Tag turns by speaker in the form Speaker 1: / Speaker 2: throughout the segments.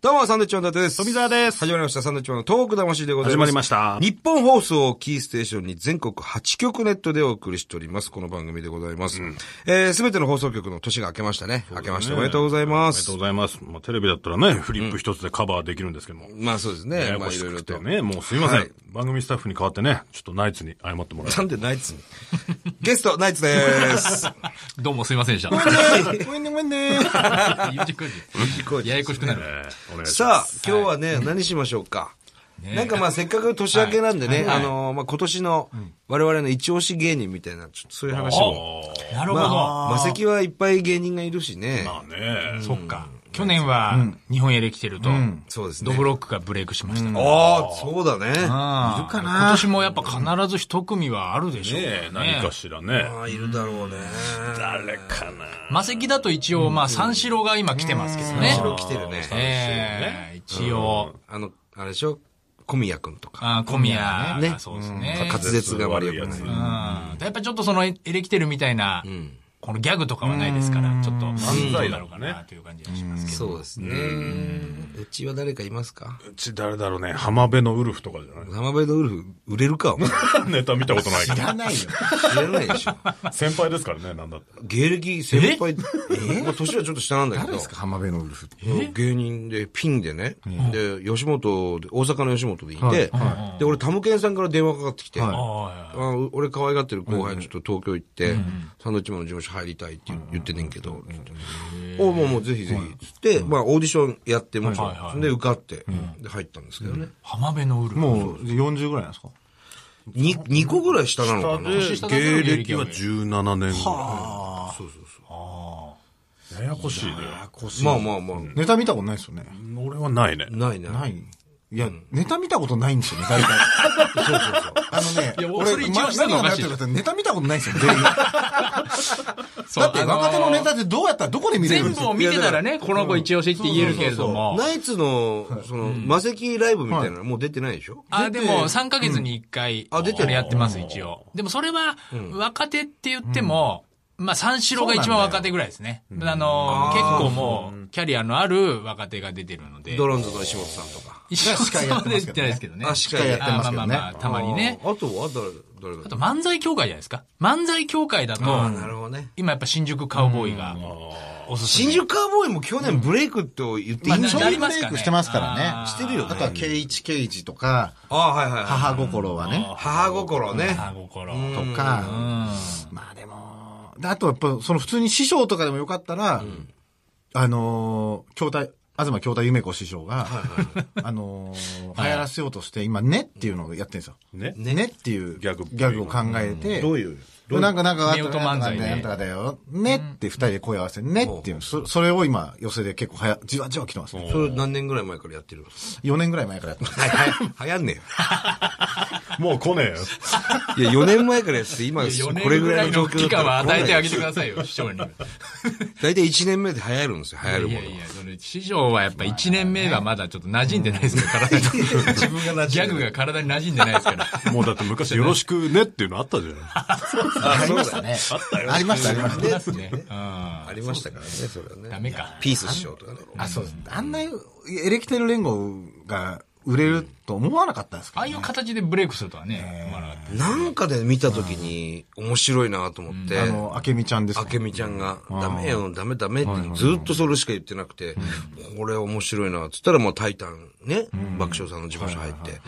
Speaker 1: どうも、サンドウィッチマン伊達です。
Speaker 2: 富澤です
Speaker 1: 始まりました、サンドウィッチマンのトーク魂でございます。
Speaker 2: 始まりました
Speaker 1: 日本放送をキーステーションに全国8局ネットでお送りしております。この番組でございます。えー、すべての放送局の年が明けましたね。明けましておめでとうございま
Speaker 2: ありが
Speaker 1: す
Speaker 2: とう。ございます。まあ、テレビだったらね、フリップ一つでカバーできるんですけども。
Speaker 1: まあそうです
Speaker 2: や
Speaker 1: ね。
Speaker 2: や
Speaker 1: まあ
Speaker 2: こ
Speaker 1: い
Speaker 2: し
Speaker 1: ろいろ
Speaker 2: くて
Speaker 1: と。
Speaker 2: ね、もうすいません、
Speaker 1: はい
Speaker 2: 番組スタッフに代わってね、ちょっとナイツに謝ってもら
Speaker 1: な
Speaker 2: いたい
Speaker 1: んでナイツにゲスト、ナイツです。
Speaker 3: どうもすいませんでした。
Speaker 1: ごめんね、ごめんね。
Speaker 3: 言ってくるややこしくなる。
Speaker 2: えーお願いします。
Speaker 1: さあ、今日はね、何しましょうか。なんかまあせっかく年明けなんでね、あのー、まあ今年の我々の一押し芸人みたいな、ちょっとそういう話を。
Speaker 3: なるほ
Speaker 1: ま
Speaker 3: ど。
Speaker 1: あ、マセキはいっぱい芸人がいるしね。
Speaker 2: まあね、
Speaker 3: そっか。去年は日本へで来てると、
Speaker 1: そうですね。
Speaker 3: ドブロックがブレイクしましたね。
Speaker 1: ああ、そうだね。
Speaker 3: いるかな今年もやっぱ必ず一組はあるでしょうから
Speaker 2: ね
Speaker 3: ね。
Speaker 2: 何かしらね。
Speaker 1: ああ、いるだろうね。
Speaker 2: 誰かな。
Speaker 3: マセキだと一応、まあ、三四郎が今来てますけどね。
Speaker 1: 後ろ来てるね。
Speaker 3: ええ、一応、
Speaker 1: あの、あれでしょ小宮くんとか。
Speaker 3: あ小宮
Speaker 1: ね
Speaker 3: がそうですね。
Speaker 1: 滑舌が悪いやつ。
Speaker 2: う
Speaker 1: うんん
Speaker 3: うんやっぱちょっとそのエレキテルみたいな、このギャグとかはないですから、ちょっと漫
Speaker 2: 才
Speaker 3: 才
Speaker 2: だ
Speaker 3: だ
Speaker 2: ろう
Speaker 3: ろう
Speaker 2: か
Speaker 3: か
Speaker 2: ね
Speaker 3: なという感じがしますけど。
Speaker 1: そうですね。うちは誰かいますか
Speaker 2: うち誰だろうね、浜辺のウルフとかじゃ
Speaker 1: 浜辺のウルフ、売れるかお前知
Speaker 2: ない ネタ見たことないから。
Speaker 3: ないよ。
Speaker 1: らないでしょ。
Speaker 2: 先輩ですからね、なんだって。
Speaker 1: 芸歴先輩、まあ年はちょっと下なんだけど。
Speaker 4: 浜辺のウルフって。
Speaker 1: 芸人で、ピンでね、で、吉本で、大阪の吉本でいて、で、俺、タムケンさんから電話かかってきて、
Speaker 4: はい
Speaker 3: あ
Speaker 1: あう俺可愛がってる後輩ちょっと東京行って、サンドウィッチマンの事務所入りたいって言言ってんねんけど、つっておもうもうぜひぜひ、つって、まあオーディションやってもちろ
Speaker 3: はいはいは
Speaker 1: ん。
Speaker 3: い
Speaker 1: で、受かって、で、入ったんですけどね。
Speaker 3: 浜辺のウルフ。
Speaker 4: もう40ぐらいなんですか
Speaker 1: に、2個ぐらい下なのかな
Speaker 3: 年下だったら
Speaker 2: 芸歴は17年ぐら
Speaker 1: そうそうそ
Speaker 2: い。ややこしいね。
Speaker 1: う。まあまあまあ、
Speaker 4: ネタ見たことないですよね。
Speaker 2: 俺はないね。
Speaker 1: ないね。
Speaker 4: ない。いや、ネタ見たことないんですよね、 大体。そうそうそう。あのね、
Speaker 3: いやそれ一番下
Speaker 4: 何
Speaker 3: の
Speaker 4: が
Speaker 3: お
Speaker 4: な
Speaker 3: か
Speaker 4: っ
Speaker 3: してい
Speaker 4: る
Speaker 3: で
Speaker 4: か
Speaker 3: しょ
Speaker 4: ってネタ見たことないですよ、全 員。
Speaker 3: そう
Speaker 4: だって若手のネ
Speaker 3: あ
Speaker 4: タってどうやったらどこで見れるん
Speaker 3: 全
Speaker 4: です
Speaker 3: 部
Speaker 4: か
Speaker 3: を見てたらね、この子一押しって言えるけれども。
Speaker 1: ナイツの、その、マセキライブみたいなのもう出てないでしょ
Speaker 3: あ、でも3ヶ月に1回、
Speaker 1: あ出てる
Speaker 3: あれやってます、一応。でもそれは、若手って言っても、まあ三四郎が一番若手ぐらいですね。あの、結構もう、キャリアのある若手が出てるので。
Speaker 1: ドロンズの石本さんとか。
Speaker 3: 一緒
Speaker 4: 司会やってますけどね
Speaker 3: 出てないですけどね。
Speaker 1: あ司会やって
Speaker 4: ますけどね
Speaker 3: あまあまあまあ、たまにね。
Speaker 1: あーあとは誰、誰
Speaker 3: あ
Speaker 1: だ
Speaker 3: と漫才協会じゃないですか。漫才協会だと、
Speaker 1: ああ、なるほどね。
Speaker 3: 今やっぱ新宿カウボーイが、おすすめ。
Speaker 1: 新宿カーボーイも去年ブレイクと言っていいんじゃ
Speaker 3: ま
Speaker 1: な
Speaker 3: あ
Speaker 1: い
Speaker 3: な
Speaker 4: ブレイクしてますからね。
Speaker 1: してるよね
Speaker 4: あとは、ケイチケイジとか、
Speaker 1: ああ、はいはいはい。
Speaker 4: 母心はね、
Speaker 1: 母心ね。
Speaker 3: あ心。
Speaker 4: とか、まあでも、であとやっぱ、その普通に師匠とかでもよかったら、あのー、兄弟、東京太夢子師匠が、あのー、流行らせようとして、今、ねっていうのをやってるんですよ。
Speaker 2: ね
Speaker 4: ねっていうギ
Speaker 2: ギャ
Speaker 4: ャ
Speaker 2: グ
Speaker 4: グを考えて、
Speaker 2: どういう
Speaker 4: なんかなんかあった
Speaker 3: 夫婦
Speaker 4: らなん
Speaker 3: 漫
Speaker 4: か
Speaker 3: 才で
Speaker 4: なんとかだよ。ねって二人で声合わせて、ねっていう、そそれを今、寄せで結構はや、じわじわ来てますね。
Speaker 1: それ何年ぐらい前からやってるの
Speaker 4: 4年ぐらい前からやってます。
Speaker 1: はいはい。流行んね
Speaker 2: もう来ねえよ。
Speaker 1: えよ。いや、4年前からやってて、今、
Speaker 3: 4年
Speaker 1: これぐ
Speaker 3: ぐ
Speaker 1: ら
Speaker 3: ら
Speaker 1: い
Speaker 3: い
Speaker 1: の
Speaker 3: の
Speaker 1: 状況だ
Speaker 3: 期
Speaker 1: ったら
Speaker 3: 間は与えてあげてく
Speaker 1: だ
Speaker 3: ださいよ、市長に。い
Speaker 1: さい。大体1年目で流行るんですよ、流行
Speaker 3: や
Speaker 1: る
Speaker 3: い
Speaker 1: もの
Speaker 3: やいや、それ市場はやっぱ1年目はまだちょっと馴染んでないですから、体に。 自分がギャグが体に馴染んでないですから。
Speaker 2: もうだって昔よろしくねっていうのあったじゃない。
Speaker 1: は。
Speaker 4: ありまし
Speaker 1: そうだ
Speaker 4: た
Speaker 1: よ
Speaker 4: ね。ありました、ありました。
Speaker 3: ですね。うん。
Speaker 1: ありましたからね、それはね。
Speaker 3: ダメか
Speaker 1: ピース師匠とかね。
Speaker 4: あ、そうです。あんなエレキテル連合が売れると思わなかったですか
Speaker 3: ああ
Speaker 4: らね
Speaker 3: いう形でブレイクするとはね、思わなかった。
Speaker 1: なんかで見たときに、面白いなと思って。
Speaker 4: あの、明美ちゃんですか
Speaker 1: あけみちゃんが、ダメよ、ダメダメって、ずっとそれしか言ってなくて、これ面白いな、つったらもうタイタンね、爆笑さんの事務所入って。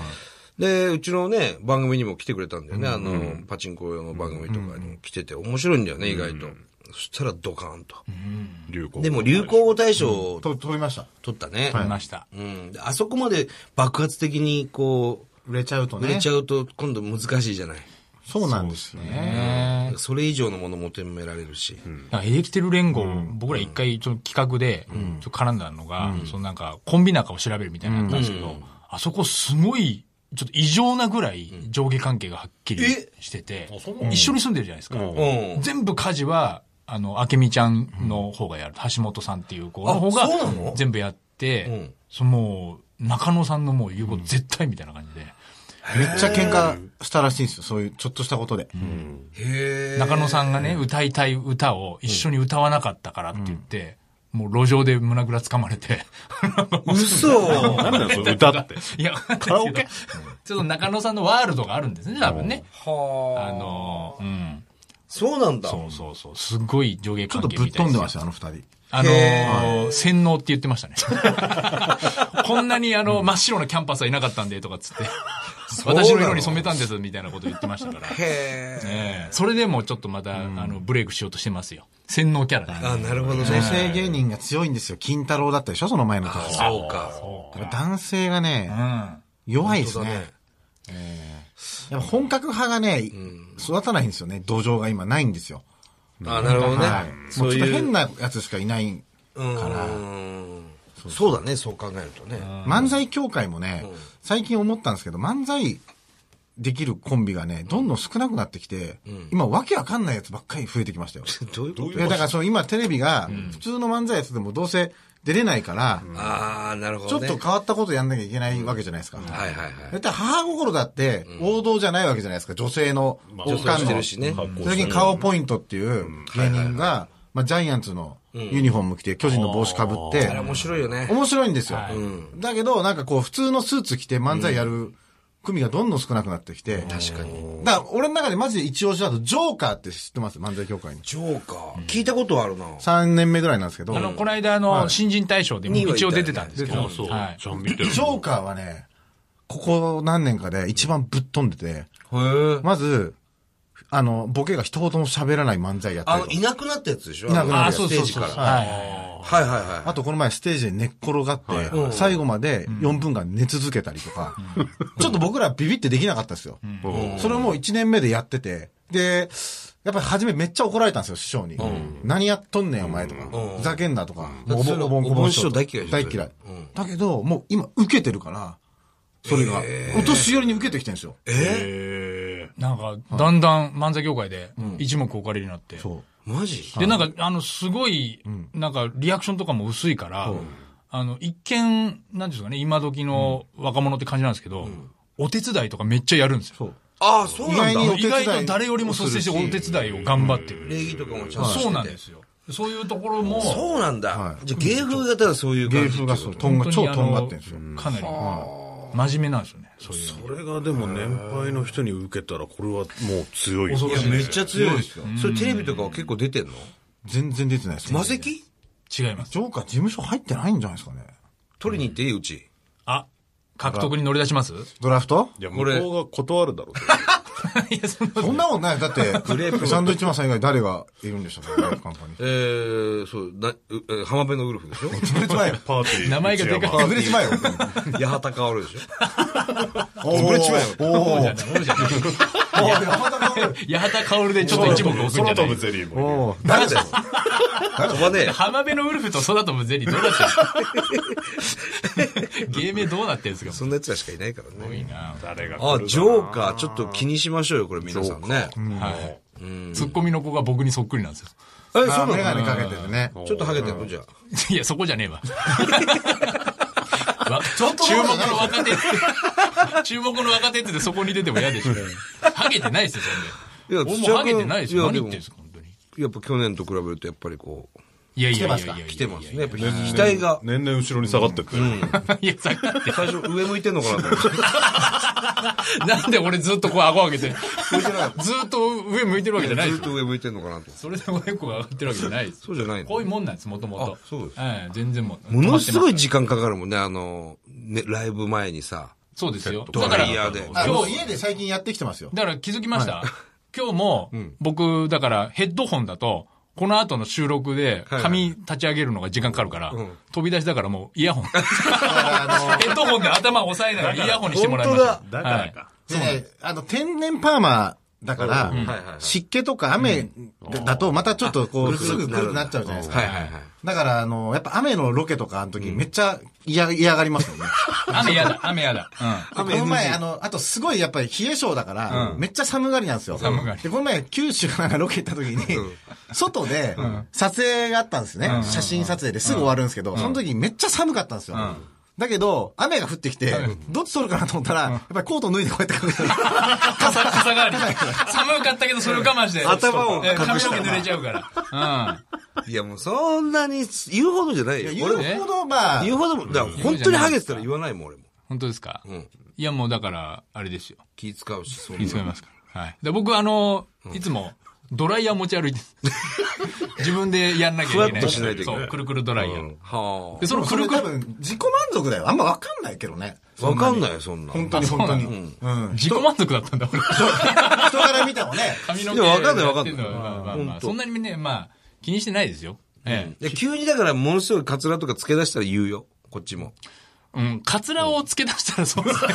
Speaker 1: で、うちのね、番組にも来てくれたんだよね、あの、パチンコ用の番組とかにも来てて、面白いんだよね、意外と。そしたらドカーンと。
Speaker 2: 流行。
Speaker 1: でも流行語大賞を
Speaker 4: と、取りました。
Speaker 1: 取ったね。
Speaker 3: ました。
Speaker 1: うん。であそこまで爆発的にこ
Speaker 4: 売れちゃうと
Speaker 1: う、
Speaker 4: ね。
Speaker 1: 売れちゃうと今度難しいじゃない。
Speaker 4: そうなんですよね。
Speaker 3: へー
Speaker 1: それ以上のものも求められるし。
Speaker 3: なんかエレキテル連合、僕ら一回ちょっと企画で、ちょっと絡んだのが、そのなんかコンビ仲を調べるみたいなのあったんですけど、あそこすごい、ちょっと異常なぐらい上下関係がはっきりしてて、一緒に住んでるじゃないですか。
Speaker 1: うん。
Speaker 3: 全部家事は、あの、明美ちゃんの方がやる。橋本さんっていう子の方
Speaker 1: あそうな
Speaker 3: が
Speaker 1: の、
Speaker 3: 全部やって、
Speaker 1: うん
Speaker 3: そのもう、中野さんのもう言うこと絶対みたいな感じで、
Speaker 4: めっちゃ喧嘩したらしいんですよ。そういう、ちょっとしたことで。
Speaker 1: へえ。
Speaker 3: 中野さんがね、歌いたい歌を一緒に歌わなかったからって言って、もう路上で胸ぐらつかまれて。
Speaker 1: 嘘
Speaker 2: 何だよ、その歌って。
Speaker 3: いや、カ
Speaker 2: ラオケ
Speaker 3: ちょっと中野さんのワールドがあるんですね、多分ね。
Speaker 1: は
Speaker 3: あ
Speaker 1: あ
Speaker 3: の、うん。
Speaker 1: そうなんだ。
Speaker 3: そうそうそう。すごい上下
Speaker 4: ちょ
Speaker 3: 関
Speaker 4: っと
Speaker 3: 係
Speaker 4: ぶっ
Speaker 3: みたい
Speaker 4: 飛
Speaker 3: です
Speaker 4: んで
Speaker 3: よ
Speaker 4: ました、あの二人。
Speaker 3: あの
Speaker 1: へ
Speaker 3: ー洗脳って言ってましたね。 こんなにあの、真っ白なキャンパスはいなかったんで、とかっつって。
Speaker 1: うなの
Speaker 3: 私の色に染めたんです、みたいなこと言ってましたから。
Speaker 1: へえ。
Speaker 3: ええそれでもちょっとまた、あの、ブレイクしようとしてますよ。洗脳キャラで。
Speaker 1: あ、なるほど
Speaker 4: 女
Speaker 1: ね。
Speaker 4: 性芸人が強いんですよ。金太郎だったでしょその前の時。
Speaker 1: そうか。
Speaker 4: 男性が
Speaker 3: う
Speaker 4: ね、
Speaker 3: ん。
Speaker 4: 弱いです
Speaker 1: そうだ
Speaker 4: ね
Speaker 1: ね。。
Speaker 4: やっぱ本格派がね、育たないんですよね。土壌が今ないんですよ。
Speaker 1: あ、なるほどね
Speaker 4: はい。も
Speaker 1: そうう
Speaker 4: ちょっと
Speaker 1: いう。
Speaker 4: 変なやつしかいない。
Speaker 1: うん。そうだね、そう考えるとね。
Speaker 4: 漫才協会もね、最近思ったんですけど、漫才できるコンビがね、どんどん少なくなってきて、今わけわかんないやつばっかり増えてきましたよ。
Speaker 1: どういうこ
Speaker 4: いや、だからその今テレビが、普通の漫才やつでもどうせ出れないから、
Speaker 1: とああ、なるほ
Speaker 4: ちょ
Speaker 1: ど
Speaker 4: っ
Speaker 1: ね。
Speaker 4: と変わったことやんなきゃいけないわけじゃないですか。
Speaker 1: はいはいはい。
Speaker 4: だって母心だって王道じゃないわけじゃないですか、女性の王
Speaker 1: 女装
Speaker 4: 冠
Speaker 1: して
Speaker 4: の。
Speaker 1: るしね。
Speaker 4: 最近顔ポイントっていう芸人が、まあジャイアンツのユニフォーム着て、巨人の帽子かぶって
Speaker 1: あれ、面白いよね。
Speaker 4: 面白いんですよ。だけど、なんかこう、普通のスーツ着て漫才やる組がどんどん少なくなってきて。
Speaker 1: 確かに。
Speaker 4: だから、俺の中でマジで一押しだと、ジョーカーって知ってます漫才協会に。
Speaker 1: ジョーカー。聞いたことあるな。
Speaker 4: 3年目ぐらいなんですけど、
Speaker 3: あの、
Speaker 4: ジ
Speaker 3: この間、あの、新人大賞でも一応出てたんですけど。
Speaker 2: あ、そう。
Speaker 3: はい。
Speaker 2: ちゃん見てる。
Speaker 4: ョーカーはね、ここ何年かで一番ぶっ飛んでて、
Speaker 1: へえ。
Speaker 4: まず、あの、ボケが一言も喋らない漫才やった
Speaker 1: あ
Speaker 4: り
Speaker 1: の、
Speaker 4: とか
Speaker 1: いなくなったやつでしょ
Speaker 4: いなくなっ
Speaker 1: あ
Speaker 4: たや
Speaker 1: のス
Speaker 4: つ
Speaker 1: テージから。はい
Speaker 3: はいはいはい。
Speaker 1: はいはい。
Speaker 4: あとこの前ステージで寝っ転がって、最後まで4分間寝続けたりとか、 ちょっと僕らビビってできなかったですよ。それをもう1年目でやってて、で、やっぱり初めめっちゃ怒られたんですよ、師匠に。何やっとんねん、お前とか。ふざけんなとか。
Speaker 1: だってそれおぼん師匠大嫌いでしょ
Speaker 4: 大嫌い。だけど、もう今受けてるから、それが、お年寄りに受けてきてるんですよ。
Speaker 1: え
Speaker 2: え
Speaker 3: なんか、だんだん漫才業界で一目置かれるようになって。
Speaker 4: そう。
Speaker 1: マジ
Speaker 3: で、なんか、あの、すごい、なんか、リアクションとかも薄いから、あの、一見、なんていうんですかね、今時の若者って感じなんですけど、お手伝いとかめっちゃやるんですよ。
Speaker 1: ああ、そうな
Speaker 4: 意
Speaker 1: んだ
Speaker 4: 外。に
Speaker 3: 意外と誰よりも率先してお手伝いを頑張ってる。
Speaker 1: 礼儀とかもちゃんとしてて。
Speaker 3: そうなんですよ。そういうところも、
Speaker 1: そうなんだ
Speaker 4: は。
Speaker 1: じゃあ芸風がただそういう
Speaker 4: 芸
Speaker 1: 感じっていう
Speaker 4: 風が
Speaker 1: こ
Speaker 4: そう、
Speaker 1: と。
Speaker 4: とんが、
Speaker 3: 本当
Speaker 4: 超
Speaker 3: にあ
Speaker 4: とんが
Speaker 3: の
Speaker 4: ってるんですよ。
Speaker 3: かなり、真面目なんですよね、そういう意味で。
Speaker 2: これがでも年配の人に受けたら、これはもう強いよ。
Speaker 3: 恐ろしい
Speaker 1: いや、めっちゃ強いですよ。それテレビとかは結構出てんの
Speaker 4: 全然出てないですね
Speaker 1: 魔石取
Speaker 3: 違います。
Speaker 4: ジョーカー事務所入ってないんじゃないですかね。
Speaker 1: りに行っていいうち。
Speaker 3: あ、獲得に乗り出します
Speaker 4: ドラフト
Speaker 2: いや、向こうが断るだろ うけど。
Speaker 3: いや、そんな
Speaker 4: そんなことない。だって、サンドイッチマンさん以外誰がいるんでしたか、グレープカンパニ
Speaker 1: え
Speaker 4: ー。
Speaker 1: ー、そう、な、うえー浜辺のウルフ でしょ
Speaker 4: 潰れちまえよ。
Speaker 2: パーティー。
Speaker 3: 名前がでかい
Speaker 4: 潰れちまえよ。
Speaker 1: 八幡薫でしょ
Speaker 4: 潰れちまえよ。お
Speaker 3: じゃな
Speaker 4: ー
Speaker 3: い、そうじゃない。
Speaker 4: おー山田薫
Speaker 3: 八幡薫でちょっと一目置くんじゃ
Speaker 2: 空
Speaker 3: ない
Speaker 2: 飛ぶゼリーもいる。
Speaker 4: おー
Speaker 1: 誰だよ。飛ばねえ。
Speaker 3: 浜辺のウルフと空飛ぶゼリーどうなってる 芸名どうなってるんですか
Speaker 1: そんな奴らしかいないからね。
Speaker 2: 誰が来るだろ
Speaker 1: あ
Speaker 2: う、な
Speaker 1: ジョーカー、ちょっと気にしましょうよ、これ皆さんね。
Speaker 3: はい。ツッコミの子が僕にそっくりなんですよ。
Speaker 1: え、そう
Speaker 4: あ
Speaker 1: な
Speaker 4: ーメガ
Speaker 1: の
Speaker 4: ネかけててね。
Speaker 1: ちょっとハゲてんのじゃあ。
Speaker 3: いや、そこじゃねえわ。 わちょっと注目の若手。注目の若手ってそこに出ても嫌でしょ。ハゲてないですよ、
Speaker 1: いや
Speaker 3: そんで。俺
Speaker 1: 土屋君
Speaker 3: もハゲてないです
Speaker 1: い
Speaker 3: よ。
Speaker 1: や
Speaker 3: 何
Speaker 1: で
Speaker 3: 言
Speaker 1: も
Speaker 3: ってんですか、本当に。
Speaker 1: やっぱ去年と比べると、やっぱりこう、
Speaker 3: いやいやいやい
Speaker 4: 来てます
Speaker 3: や。
Speaker 4: か
Speaker 1: 来てますね。やっぱ
Speaker 2: 年々
Speaker 1: 期待が。
Speaker 2: 年々後ろに下がってってる。
Speaker 3: いや、さっきって
Speaker 1: 最初上向いてんのかなと思って。
Speaker 3: なんで俺ずっとこう顎上げて、ずっと上向いてるわけじゃないで
Speaker 1: ずっ
Speaker 3: すよ。
Speaker 1: と上向いてんのかなと。
Speaker 3: それでおでこが上がってるわけじゃないです。
Speaker 1: そうじゃないの
Speaker 3: こういうもんなんです、もともと。
Speaker 1: あそうです
Speaker 3: ええ全然もう。
Speaker 1: ものすご
Speaker 3: 止まって
Speaker 1: い時間かかるもんね、あの、ね、ライブ前にさ。
Speaker 3: ます。そうですよ。
Speaker 1: ド
Speaker 3: だから、
Speaker 1: ライヤーで
Speaker 3: だ
Speaker 4: あ、もう家で最近やってきてますよ。
Speaker 3: から気づきました。今日も、僕、だからヘッドホンだと、この後の収録で
Speaker 1: はい
Speaker 3: 髪立ち上げるのが時間かかるから、飛び出しだからもう イヤホン。
Speaker 4: あ
Speaker 3: ヘッドホンで頭押さえながらイヤホンにしてもらいました。
Speaker 2: だから
Speaker 3: はい
Speaker 2: か。
Speaker 4: の、であの、天然パーマだから
Speaker 1: うんはいはいはい、
Speaker 4: 湿気とか雨だと、またちょっとこう、すぐ黒くなっちゃうじゃないですか。
Speaker 1: はいはいはい。
Speaker 4: だから、あの、やっぱ雨のロケとかの時、めっちゃ嫌、嫌がりますよね。
Speaker 3: 雨やだ、雨やだ。うん。
Speaker 4: この前、あの、あとすごいやっぱり冷え性だから、めっちゃ寒がりなんですよ。
Speaker 3: 寒がり
Speaker 4: で、この前、九州かなんかロケ行った時に、外で、撮影があったんですね。写真撮影ですぐ終わるんですけど、その時めっちゃ寒かったんですよ。だけど、雨が降ってきて、どっち取るかなと思ったら、やっぱりコート脱 いでこうやってかけてる。
Speaker 3: 傘、傘 代わり。寒かったけどそれを我慢して。
Speaker 1: 頭を
Speaker 3: えー髪の毛濡れちゃうから。
Speaker 1: いや、もうそんなに言うほどじゃないよ。
Speaker 4: 言
Speaker 1: 俺も
Speaker 4: うほど、まあ
Speaker 1: 言、うほども、だから本当にハゲてたら言わないもん、俺も。
Speaker 3: 本当ですか、
Speaker 1: ん
Speaker 3: いや、もうだから、あれですよ。
Speaker 1: 気使うし、そん
Speaker 3: 気
Speaker 1: な
Speaker 3: 遣いますから。はい。で僕、あの、いつも、ドライヤー持ち歩いて る自分でやんなきゃいけない。
Speaker 1: ふわっとしないといけない
Speaker 3: そう、くるくるドライヤー。
Speaker 1: うんは
Speaker 3: で、そのく
Speaker 4: そ
Speaker 3: る
Speaker 4: れ
Speaker 3: く
Speaker 4: 多
Speaker 3: る、
Speaker 4: 分、自己満足だよ。あんまわかんないけど ね。
Speaker 1: あ。わかんないよ、そんな。
Speaker 4: 本当に本当に。うん。
Speaker 3: 自己満足だったんだ、俺。
Speaker 4: 人から見てもね。
Speaker 3: 髪の毛
Speaker 1: いやわかんないわかんない
Speaker 3: やってのはまあまあま
Speaker 1: 本
Speaker 3: あ、
Speaker 1: 当
Speaker 3: そんなにね、まあ、気にしてないですよ。ええ。
Speaker 1: で急にだから、ものすごいカツラとか付け出したら言うよ、こっちも。
Speaker 3: うん、カツラをつけ出したらそうですね。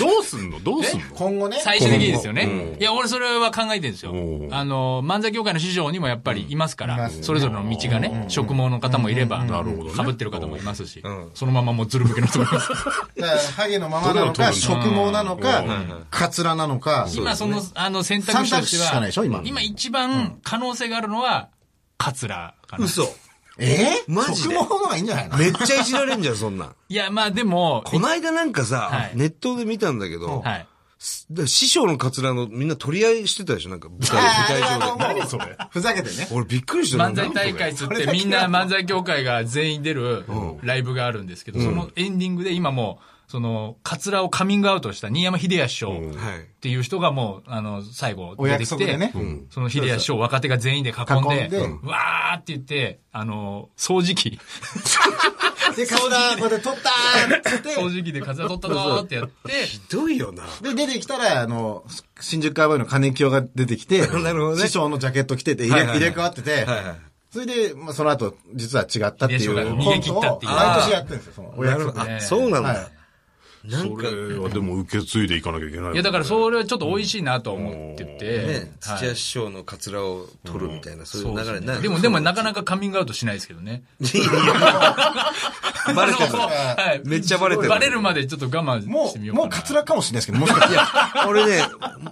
Speaker 2: どうすんのどうすんの
Speaker 4: 今後ね。
Speaker 3: 最終的にですよね。いや、俺それは考えてるんですよ
Speaker 2: お。う
Speaker 3: あの、漫才協会の師匠にもやっぱりいますか
Speaker 4: い
Speaker 3: ら、
Speaker 4: ますね
Speaker 3: それぞれの道がね、職毛の方もいれば、
Speaker 2: なるほどね
Speaker 3: 被ってる方もいますし、そのままもうズル向けの人もいます。
Speaker 4: だからハゲのまま
Speaker 2: どれ
Speaker 4: なのか、
Speaker 2: を取
Speaker 4: 植
Speaker 2: る
Speaker 4: 毛なの
Speaker 2: う
Speaker 4: か、カツラなのか。
Speaker 3: 今その、あの、選択肢として
Speaker 4: 三択肢しかないでしょ今
Speaker 3: は
Speaker 4: の、
Speaker 3: 今一番可能性があるのは、カツラかな。
Speaker 1: 嘘。
Speaker 4: えー
Speaker 1: マジで
Speaker 4: 植毛の方がいいんじゃないの
Speaker 1: めっちゃいじられんじゃん、そんなん。
Speaker 3: いや、まあでも、
Speaker 1: こないだなんかさ、
Speaker 3: はい
Speaker 1: ネットで見たんだけど、
Speaker 3: はい。
Speaker 1: すだから師匠のカツラのみんな取り合いしてたでしょなんか舞台、舞台上 で。
Speaker 4: それ。ふざけてね。
Speaker 1: 俺びっくりした
Speaker 3: 漫才大会っつってみんな漫才協会が全員出るライブがあるんですけど、そのエンディングで今もう、その、カツラをカミングアウトした新山秀也師匠
Speaker 2: うん
Speaker 1: はい
Speaker 3: っていう人がもう、あの、最後
Speaker 4: お
Speaker 3: 出
Speaker 4: 約
Speaker 3: てき
Speaker 4: 束
Speaker 3: て、
Speaker 4: でね。
Speaker 3: その秀也師匠若手が全員で囲んで、
Speaker 4: 囲んで
Speaker 3: わーって言って、あの、掃 除機、
Speaker 4: で、カツラ、これ取ったーって言
Speaker 3: 掃
Speaker 4: って。
Speaker 3: 除機でカツラ取ったぞーってやって、
Speaker 1: ひどいよな。
Speaker 4: で、出てきたら、あの、新宿カーボーイの金清が出てきて、
Speaker 1: なるほどね
Speaker 4: 師匠のジャケット着てて、入
Speaker 1: はいは
Speaker 4: れ
Speaker 1: いはい
Speaker 4: 入れ替わってて、
Speaker 1: はいはい
Speaker 4: それで、まあ、その後、実は違ったって
Speaker 3: 秀也
Speaker 4: い
Speaker 3: 師匠
Speaker 4: う
Speaker 3: が
Speaker 4: コ
Speaker 3: 逃
Speaker 4: ン
Speaker 3: げ切
Speaker 4: ト
Speaker 3: ったっ
Speaker 4: を
Speaker 3: ていう
Speaker 4: 毎年やってるんですよ、そのお
Speaker 1: な
Speaker 4: 約
Speaker 1: るほど。
Speaker 4: 束で。
Speaker 1: あ、そうなんだ。
Speaker 4: は
Speaker 1: なん
Speaker 2: そ
Speaker 1: か、
Speaker 2: れはでも受け継いでいかなきゃいけない。
Speaker 3: いやだからそれはちょっと美味しいなと思ってて、
Speaker 1: ね、
Speaker 3: はい
Speaker 1: 土屋師匠のカツラを取るみたいな、そういう流れになる。
Speaker 3: でも、でもなかなかカミングアウトしないですけどね。
Speaker 1: いやいやバレてる
Speaker 3: あの はい
Speaker 1: めっちゃバレてる
Speaker 3: バレるまでちょっと我慢し
Speaker 4: も
Speaker 3: て
Speaker 4: う
Speaker 3: み、ようか
Speaker 4: も
Speaker 3: な。
Speaker 4: うカツラかもしれないですけど、もしかしたら。
Speaker 1: 俺ね、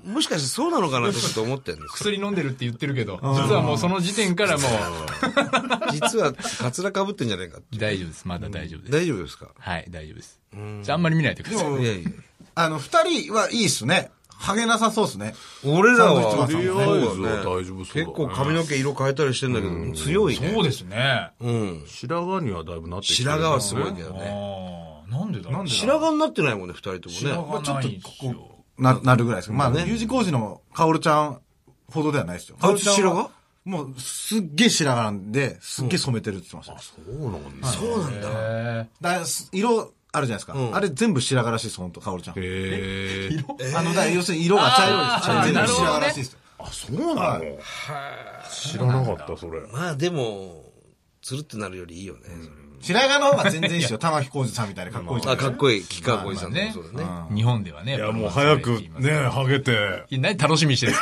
Speaker 1: もしかしてそうなのかなってちょっと思ってるんですよ
Speaker 3: 薬飲んでるって言ってるけど、実はもうその時点からもう、
Speaker 1: 実はカツラ被ってんじゃないかって。
Speaker 3: 大丈夫です。まだ大丈夫です。
Speaker 1: 大丈夫ですか
Speaker 3: はい、大丈夫です。じゃああんまり見ないでください。
Speaker 1: いやいや。
Speaker 4: あの、二人はいいっすね。ハゲなさそうっすね。
Speaker 1: 俺らは、
Speaker 4: サンドイッチ
Speaker 2: マンさんもねとりあえずは大丈夫そうだね
Speaker 1: 結構髪の毛色変えたりしてんだけど、強いね。
Speaker 3: そうですね。
Speaker 1: うん。
Speaker 2: 白髪にはだいぶなってきてる
Speaker 1: 白髪はすごいけどね。
Speaker 3: あーなんでだろう。
Speaker 1: 白髪になってないもんね、二人ともね。
Speaker 3: が
Speaker 4: ちょっと
Speaker 3: ないんですよ
Speaker 4: こう、な、なるぐらいですけど。まあね、U 字工事のカオルちゃんほどではないですよ。
Speaker 1: あいつ
Speaker 4: 薫ちゃ
Speaker 1: 白
Speaker 4: んは
Speaker 1: 髪
Speaker 4: もう、すっげえ白髪なんで、すっげえ染めてるって言ってました。
Speaker 2: そうなんです
Speaker 1: そうなんだ。
Speaker 3: へ
Speaker 4: だからす色あるじゃないですか。あれ全部白髪らしいです、ほんと、カオルちゃん。あ
Speaker 2: へえ。
Speaker 4: の、だから要するに色が茶色いです。
Speaker 3: あー
Speaker 4: 全
Speaker 3: な
Speaker 4: 部
Speaker 3: るほどね
Speaker 4: 白髪らしいですよ。
Speaker 2: あ、そうなの知らなかった、それ。
Speaker 1: まあでも、つるってなるよりいいよね。
Speaker 4: 白髪の方が全然いいですよ。玉置浩二さんみたいなかっこいいじゃ
Speaker 1: あ、
Speaker 4: ないで
Speaker 1: か
Speaker 4: す
Speaker 1: っこいい。吉川浩司さん
Speaker 3: ー
Speaker 1: とか
Speaker 3: ね
Speaker 1: そうだね。
Speaker 3: 日本ではね。
Speaker 2: い
Speaker 3: い
Speaker 2: や、もう早く、ね、ハゲて、
Speaker 3: いや何楽しみにしてる。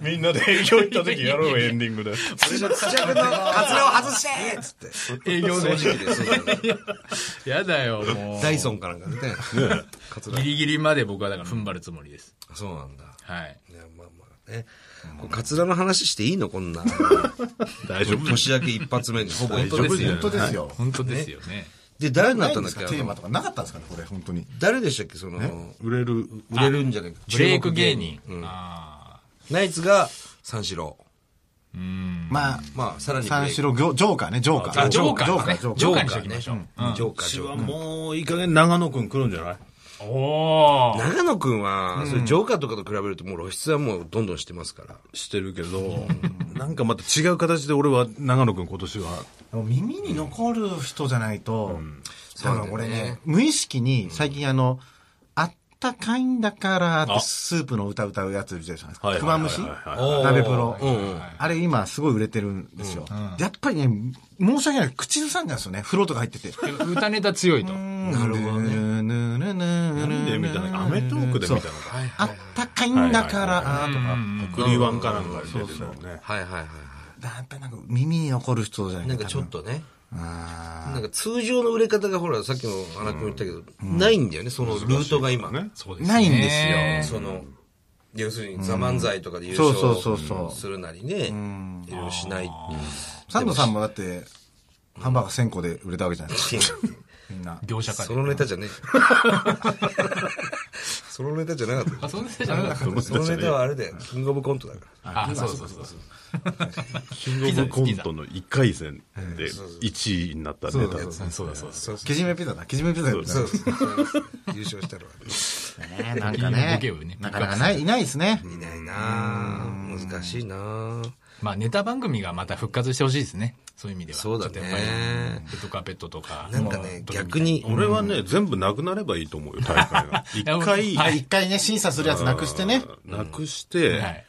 Speaker 2: みんなで営業行った時やろ うよ、エンディングで。
Speaker 1: 私の土屋君のカツラを外してつって。
Speaker 3: 営業で
Speaker 1: 掃。除機でそうだね。
Speaker 3: やだよ、もう。
Speaker 1: ダイソンかなんかでね。カツラ
Speaker 3: ギ。リギリまで僕はだから踏ん張るつもりです。
Speaker 1: そうなんだ。
Speaker 3: はい。
Speaker 1: いや、まあまあね。こうカツラの話していいのこ んな。
Speaker 2: 大丈夫
Speaker 1: 年明け一発目に。ほぼ
Speaker 3: 本当です
Speaker 4: よ。
Speaker 3: よ
Speaker 4: 本。当ですよ。
Speaker 3: 本当ですよね。
Speaker 1: で、誰にな
Speaker 4: な
Speaker 1: っ
Speaker 4: い
Speaker 1: たん
Speaker 4: ん
Speaker 1: だ
Speaker 4: で
Speaker 1: っ
Speaker 4: す
Speaker 1: け
Speaker 4: か
Speaker 1: あ
Speaker 4: テー
Speaker 1: の
Speaker 4: マとかなかったんですかね、これ、本当に。
Speaker 1: 誰でしたっけその、売れる、売れるんじゃないか。
Speaker 3: ブレイク芸人。
Speaker 1: うん
Speaker 3: あ
Speaker 1: ナイツが三四郎。
Speaker 4: まあ、
Speaker 1: まあ、さらにブレイク。
Speaker 4: 三四郎、ジョーカーね、ジョーカー。
Speaker 3: あジョーカーね
Speaker 4: ジョーカー、ジ
Speaker 3: ジ
Speaker 4: ョ
Speaker 3: ョー
Speaker 4: ーカ
Speaker 3: カー
Speaker 4: ー。
Speaker 3: にしときましょう
Speaker 1: ねジョーカー、ジ
Speaker 2: 私
Speaker 1: ョー
Speaker 2: は
Speaker 1: カー。
Speaker 2: もういい加減長野くん来るんじゃない
Speaker 3: あ。おー。
Speaker 1: 長野くんは、それジョーカーとかと比べるともう露出はもうどんどんしてますから。
Speaker 2: してるけど、なんかまた違う形で俺は長野くん今年は。
Speaker 4: でも耳に残る人じゃないと、多分俺
Speaker 1: そうだ
Speaker 4: ね
Speaker 1: ね、
Speaker 4: 無意識に最近あの、あったかいんだからってスープの歌歌うやついるじゃないですか。熊虫
Speaker 2: は
Speaker 4: 鍋プロ
Speaker 1: うんうん。
Speaker 4: あれ今すごい売れてるんですよ。やっぱりね、申し訳ない。口ずさんじゃうんですよね。風呂とか入ってて。
Speaker 3: 歌ネタ強いと。
Speaker 4: なるほどね。
Speaker 2: い。で、みたいな、アメトークでみたいな。
Speaker 4: あったかいんだから、とか。
Speaker 2: クリワンかなんかに出てたよね。
Speaker 1: はいはいはいは
Speaker 4: だやっぱりなんか耳に残る人じゃない
Speaker 1: い。
Speaker 4: か
Speaker 1: なんかちょっとね。なんか通常の売れ方がほら、さっきの穴君言ったけど、ないんだよね、そのルートが今。
Speaker 2: ね。
Speaker 3: そうですね
Speaker 4: ないんですよ。
Speaker 1: その、要するに、ザ・漫才とかで優
Speaker 4: そうそうそうそ
Speaker 1: 勝
Speaker 4: う
Speaker 1: するなりね、いろいろしない。
Speaker 4: サンドさんもだって、ハンバーガー1000個で売れたわけじゃないですか。みんな。
Speaker 3: 描写家で
Speaker 1: そのネタじゃねえ。そのネタじゃなかった
Speaker 3: あ、そんなじゃなかった
Speaker 1: よ。そのネタはあれだよ。キングオブコントだか
Speaker 3: あ、そうそうそうそう。
Speaker 5: キングオブコントの1回戦で1位になったネタ
Speaker 4: そう
Speaker 5: で
Speaker 4: そう
Speaker 5: す。
Speaker 3: そうだそうだ
Speaker 1: ら。。そうそ
Speaker 4: けじめピザだ。けじめピザだよ
Speaker 1: う。そうそう優勝したのは。
Speaker 4: ねなんか
Speaker 3: いいボ
Speaker 4: ね
Speaker 3: ケをね。
Speaker 4: なかなかない、いないですね。
Speaker 1: いないなぁ難しいなぁ
Speaker 3: まあネタ番組がまた復活してほしいですね。そういう意味では。
Speaker 1: そうだ
Speaker 3: ちょっとやっぱり
Speaker 1: ね。
Speaker 3: レッドカーペットとか。
Speaker 1: なんかね、
Speaker 3: ドラマ
Speaker 1: 逆に、
Speaker 5: 俺はね、全部なくなればいいと思うよ、大会が。
Speaker 3: や
Speaker 5: 1回、
Speaker 4: はい、一回ね、審査するやつなくしてね。
Speaker 5: なくして、
Speaker 3: はい。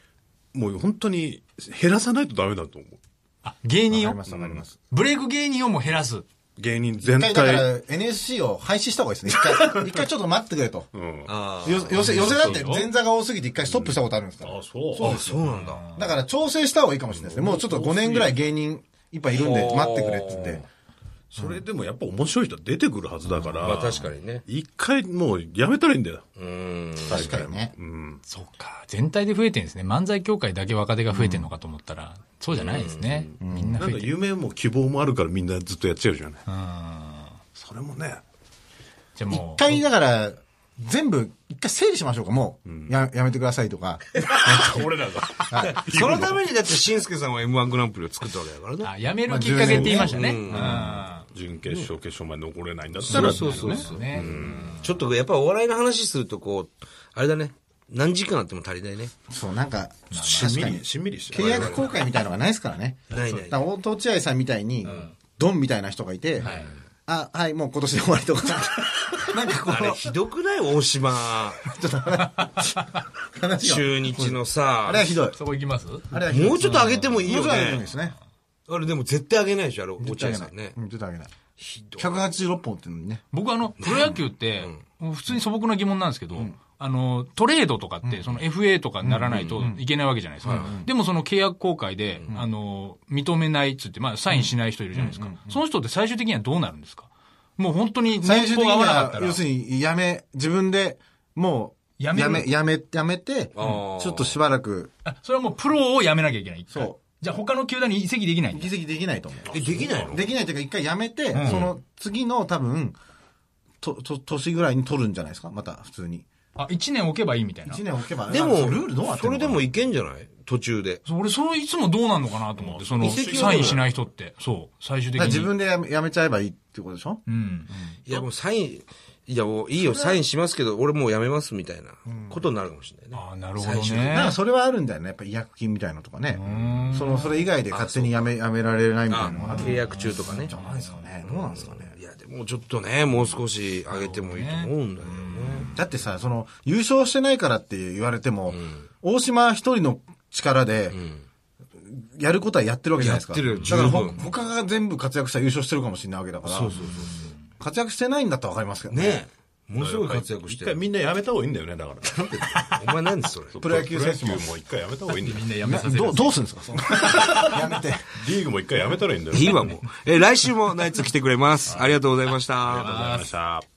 Speaker 5: もう本当に減らさないとダメだと思う。
Speaker 3: あ、芸人を
Speaker 4: わかります。
Speaker 3: ブレイク芸人をもう減らす。
Speaker 5: 芸人全
Speaker 4: 一
Speaker 5: 体
Speaker 4: 回、だから NSC を廃止した方がいいですね。一回、一回ちょっと待ってくれと。
Speaker 5: うん。
Speaker 1: あ
Speaker 4: よ寄せ、寄せだって前座が多すぎて一回ストップしたことあるんですから。
Speaker 5: そう。
Speaker 1: あ、そうなんだ。
Speaker 4: だから調整した方がいいかもしれないですね。もうちょっと5年ぐらい芸人いっぱいいるんで待ってくれって言って。
Speaker 5: それでもやっぱ面白い人は出てくるはずだから。
Speaker 1: まあ確かにね。
Speaker 5: 一回もうやめたらいいんだよ。
Speaker 1: うん。
Speaker 4: 確かにね。
Speaker 3: そうか。全体で増えてるんですね。漫才協会だけ若手が増えてるのかと思ったら、そうじゃないですね。みんな
Speaker 5: な
Speaker 3: 増
Speaker 5: ん
Speaker 3: え
Speaker 5: か
Speaker 3: てる。
Speaker 5: 夢も希望もあるからみんなずっとやっちゃうじゃない。それもね、
Speaker 3: じゃあ
Speaker 4: 一
Speaker 3: もう。
Speaker 4: 回だから、全部、一回整理しましょうか、もう。や、やめてくださいとか。
Speaker 5: 俺らが。
Speaker 1: そのためにだって、しんすけさんは M1 グランプリを作ったわけだからね。
Speaker 3: あ、やめるきっかけって言いましたね。うん
Speaker 5: 準決勝、決勝まで残れないんだったら、
Speaker 1: そう
Speaker 3: そうね。
Speaker 1: ちょっとやっぱお笑いの話するとこう、あれだね。何時間あっても足りないね。
Speaker 4: そう、なんか、
Speaker 5: し
Speaker 4: 確
Speaker 5: ん
Speaker 4: か
Speaker 5: み
Speaker 4: に
Speaker 5: り、。しんみりして
Speaker 4: 契約公開みたいのがないですからね。
Speaker 1: ないない
Speaker 4: だ。から、大戸落合さんみたいに、ドンみたいな人がいて、あ、はい、もう今年で終わりとか。なんかこ
Speaker 1: あれひどくない大島。
Speaker 4: う、話を。
Speaker 1: 中日のさ
Speaker 4: あれ。はひどい。
Speaker 3: そこ行きます
Speaker 4: あれはひどい。
Speaker 1: もうちょっと上げてもいい
Speaker 4: も
Speaker 1: よ
Speaker 4: うちょっと上げてもいい
Speaker 1: ね
Speaker 4: で。すね。
Speaker 1: あれでも絶対上げないでしょ、あれ、
Speaker 4: ちょっ
Speaker 1: 落
Speaker 4: と上
Speaker 1: 合
Speaker 4: げ
Speaker 1: さ
Speaker 4: ない
Speaker 1: んね。。
Speaker 4: うん、ちょっと上げない。186本ってのにね。
Speaker 3: 僕あの、プロ野球って、普通に素朴な疑問なんですけど、あの、トレードとかって、その FA とかにならないといけないわけじゃないですか。でもその契約公開で、あの、認めないっつって、まあ、サインしない人いるじゃないですか。その人って最終的にはどうなるんですかもう本当に
Speaker 4: 最
Speaker 3: 年
Speaker 4: 終的
Speaker 3: 俸
Speaker 4: に
Speaker 3: 合わなかっ
Speaker 4: は
Speaker 3: た、ら
Speaker 4: 要。するに、やめ、自分で、もう、
Speaker 3: やめる
Speaker 4: やめ、やめて、ち
Speaker 1: あー
Speaker 4: ょっとしばらく、
Speaker 3: あそれはもうプロを辞めなきゃいけない。
Speaker 4: そう
Speaker 3: じゃあ他の球団に移籍できないんだ
Speaker 4: 議席できないと思
Speaker 1: え、できないの
Speaker 4: う。できないというか、一回やめて、その次の多分、と、と、年ぐらいに取るんじゃないですかまた、普通に。
Speaker 3: あ、1年置けばいいみたいな。
Speaker 4: 1年置けば、
Speaker 1: で
Speaker 4: まあ
Speaker 1: も、
Speaker 4: ルールどうなって
Speaker 1: そ
Speaker 4: ん
Speaker 1: れ
Speaker 4: のか
Speaker 1: で
Speaker 4: な
Speaker 1: もいけんじゃない途中で。
Speaker 3: そう俺、それいつもどうなんのかなと思って、その、
Speaker 1: 移籍はどう
Speaker 3: サインしない人って。そう、最終的
Speaker 4: だから
Speaker 3: に。
Speaker 4: 自分でやめやめちゃえばいいってことでしょ
Speaker 3: うん。
Speaker 1: いや、もうサイン、いや、もういいよ、サインしますけど、俺もうやめますみたいなことになるかもしれないね。
Speaker 3: ああ、なるほど
Speaker 1: 最終的
Speaker 3: ね
Speaker 4: なんか。それはあるんだよね。やっぱ違約金みたいなのとかね。その、それ以外で勝手にやめ、やめられないみたいなのがあるん
Speaker 1: 契約中とかね
Speaker 4: じ。ゃないですかね。どうなんですかね。
Speaker 1: いや、でもちょっとね、もう少し上げてもいいと思うんだけどね。
Speaker 4: だってさ、その、優勝してないからって言われても、大島一人の力で、やることはやってるわけじゃないですか。
Speaker 1: やってるよ
Speaker 4: だからほ
Speaker 1: 十分
Speaker 4: 他が全部活躍したら優勝してるかもしれないわけだから。活躍してないんだったらわかりますけどね。
Speaker 1: ねえ。ものすごい活躍し
Speaker 5: 一
Speaker 1: て
Speaker 5: 回
Speaker 1: る。
Speaker 5: みんなやめた方がいいんだよね、だから。
Speaker 1: お前何それ。
Speaker 4: プロ野球選手
Speaker 5: プロ
Speaker 4: も
Speaker 5: 野球も一回やめた方がいいんだよ。みんなや
Speaker 4: などう、どうするんですかそ のやめて。
Speaker 5: リーグも一回やめたらいいんだよ。
Speaker 1: いいわ、もう。え、来週もナイツ来てくれます。ありがとうございまし
Speaker 5: あ
Speaker 1: た。
Speaker 5: りがとうございました。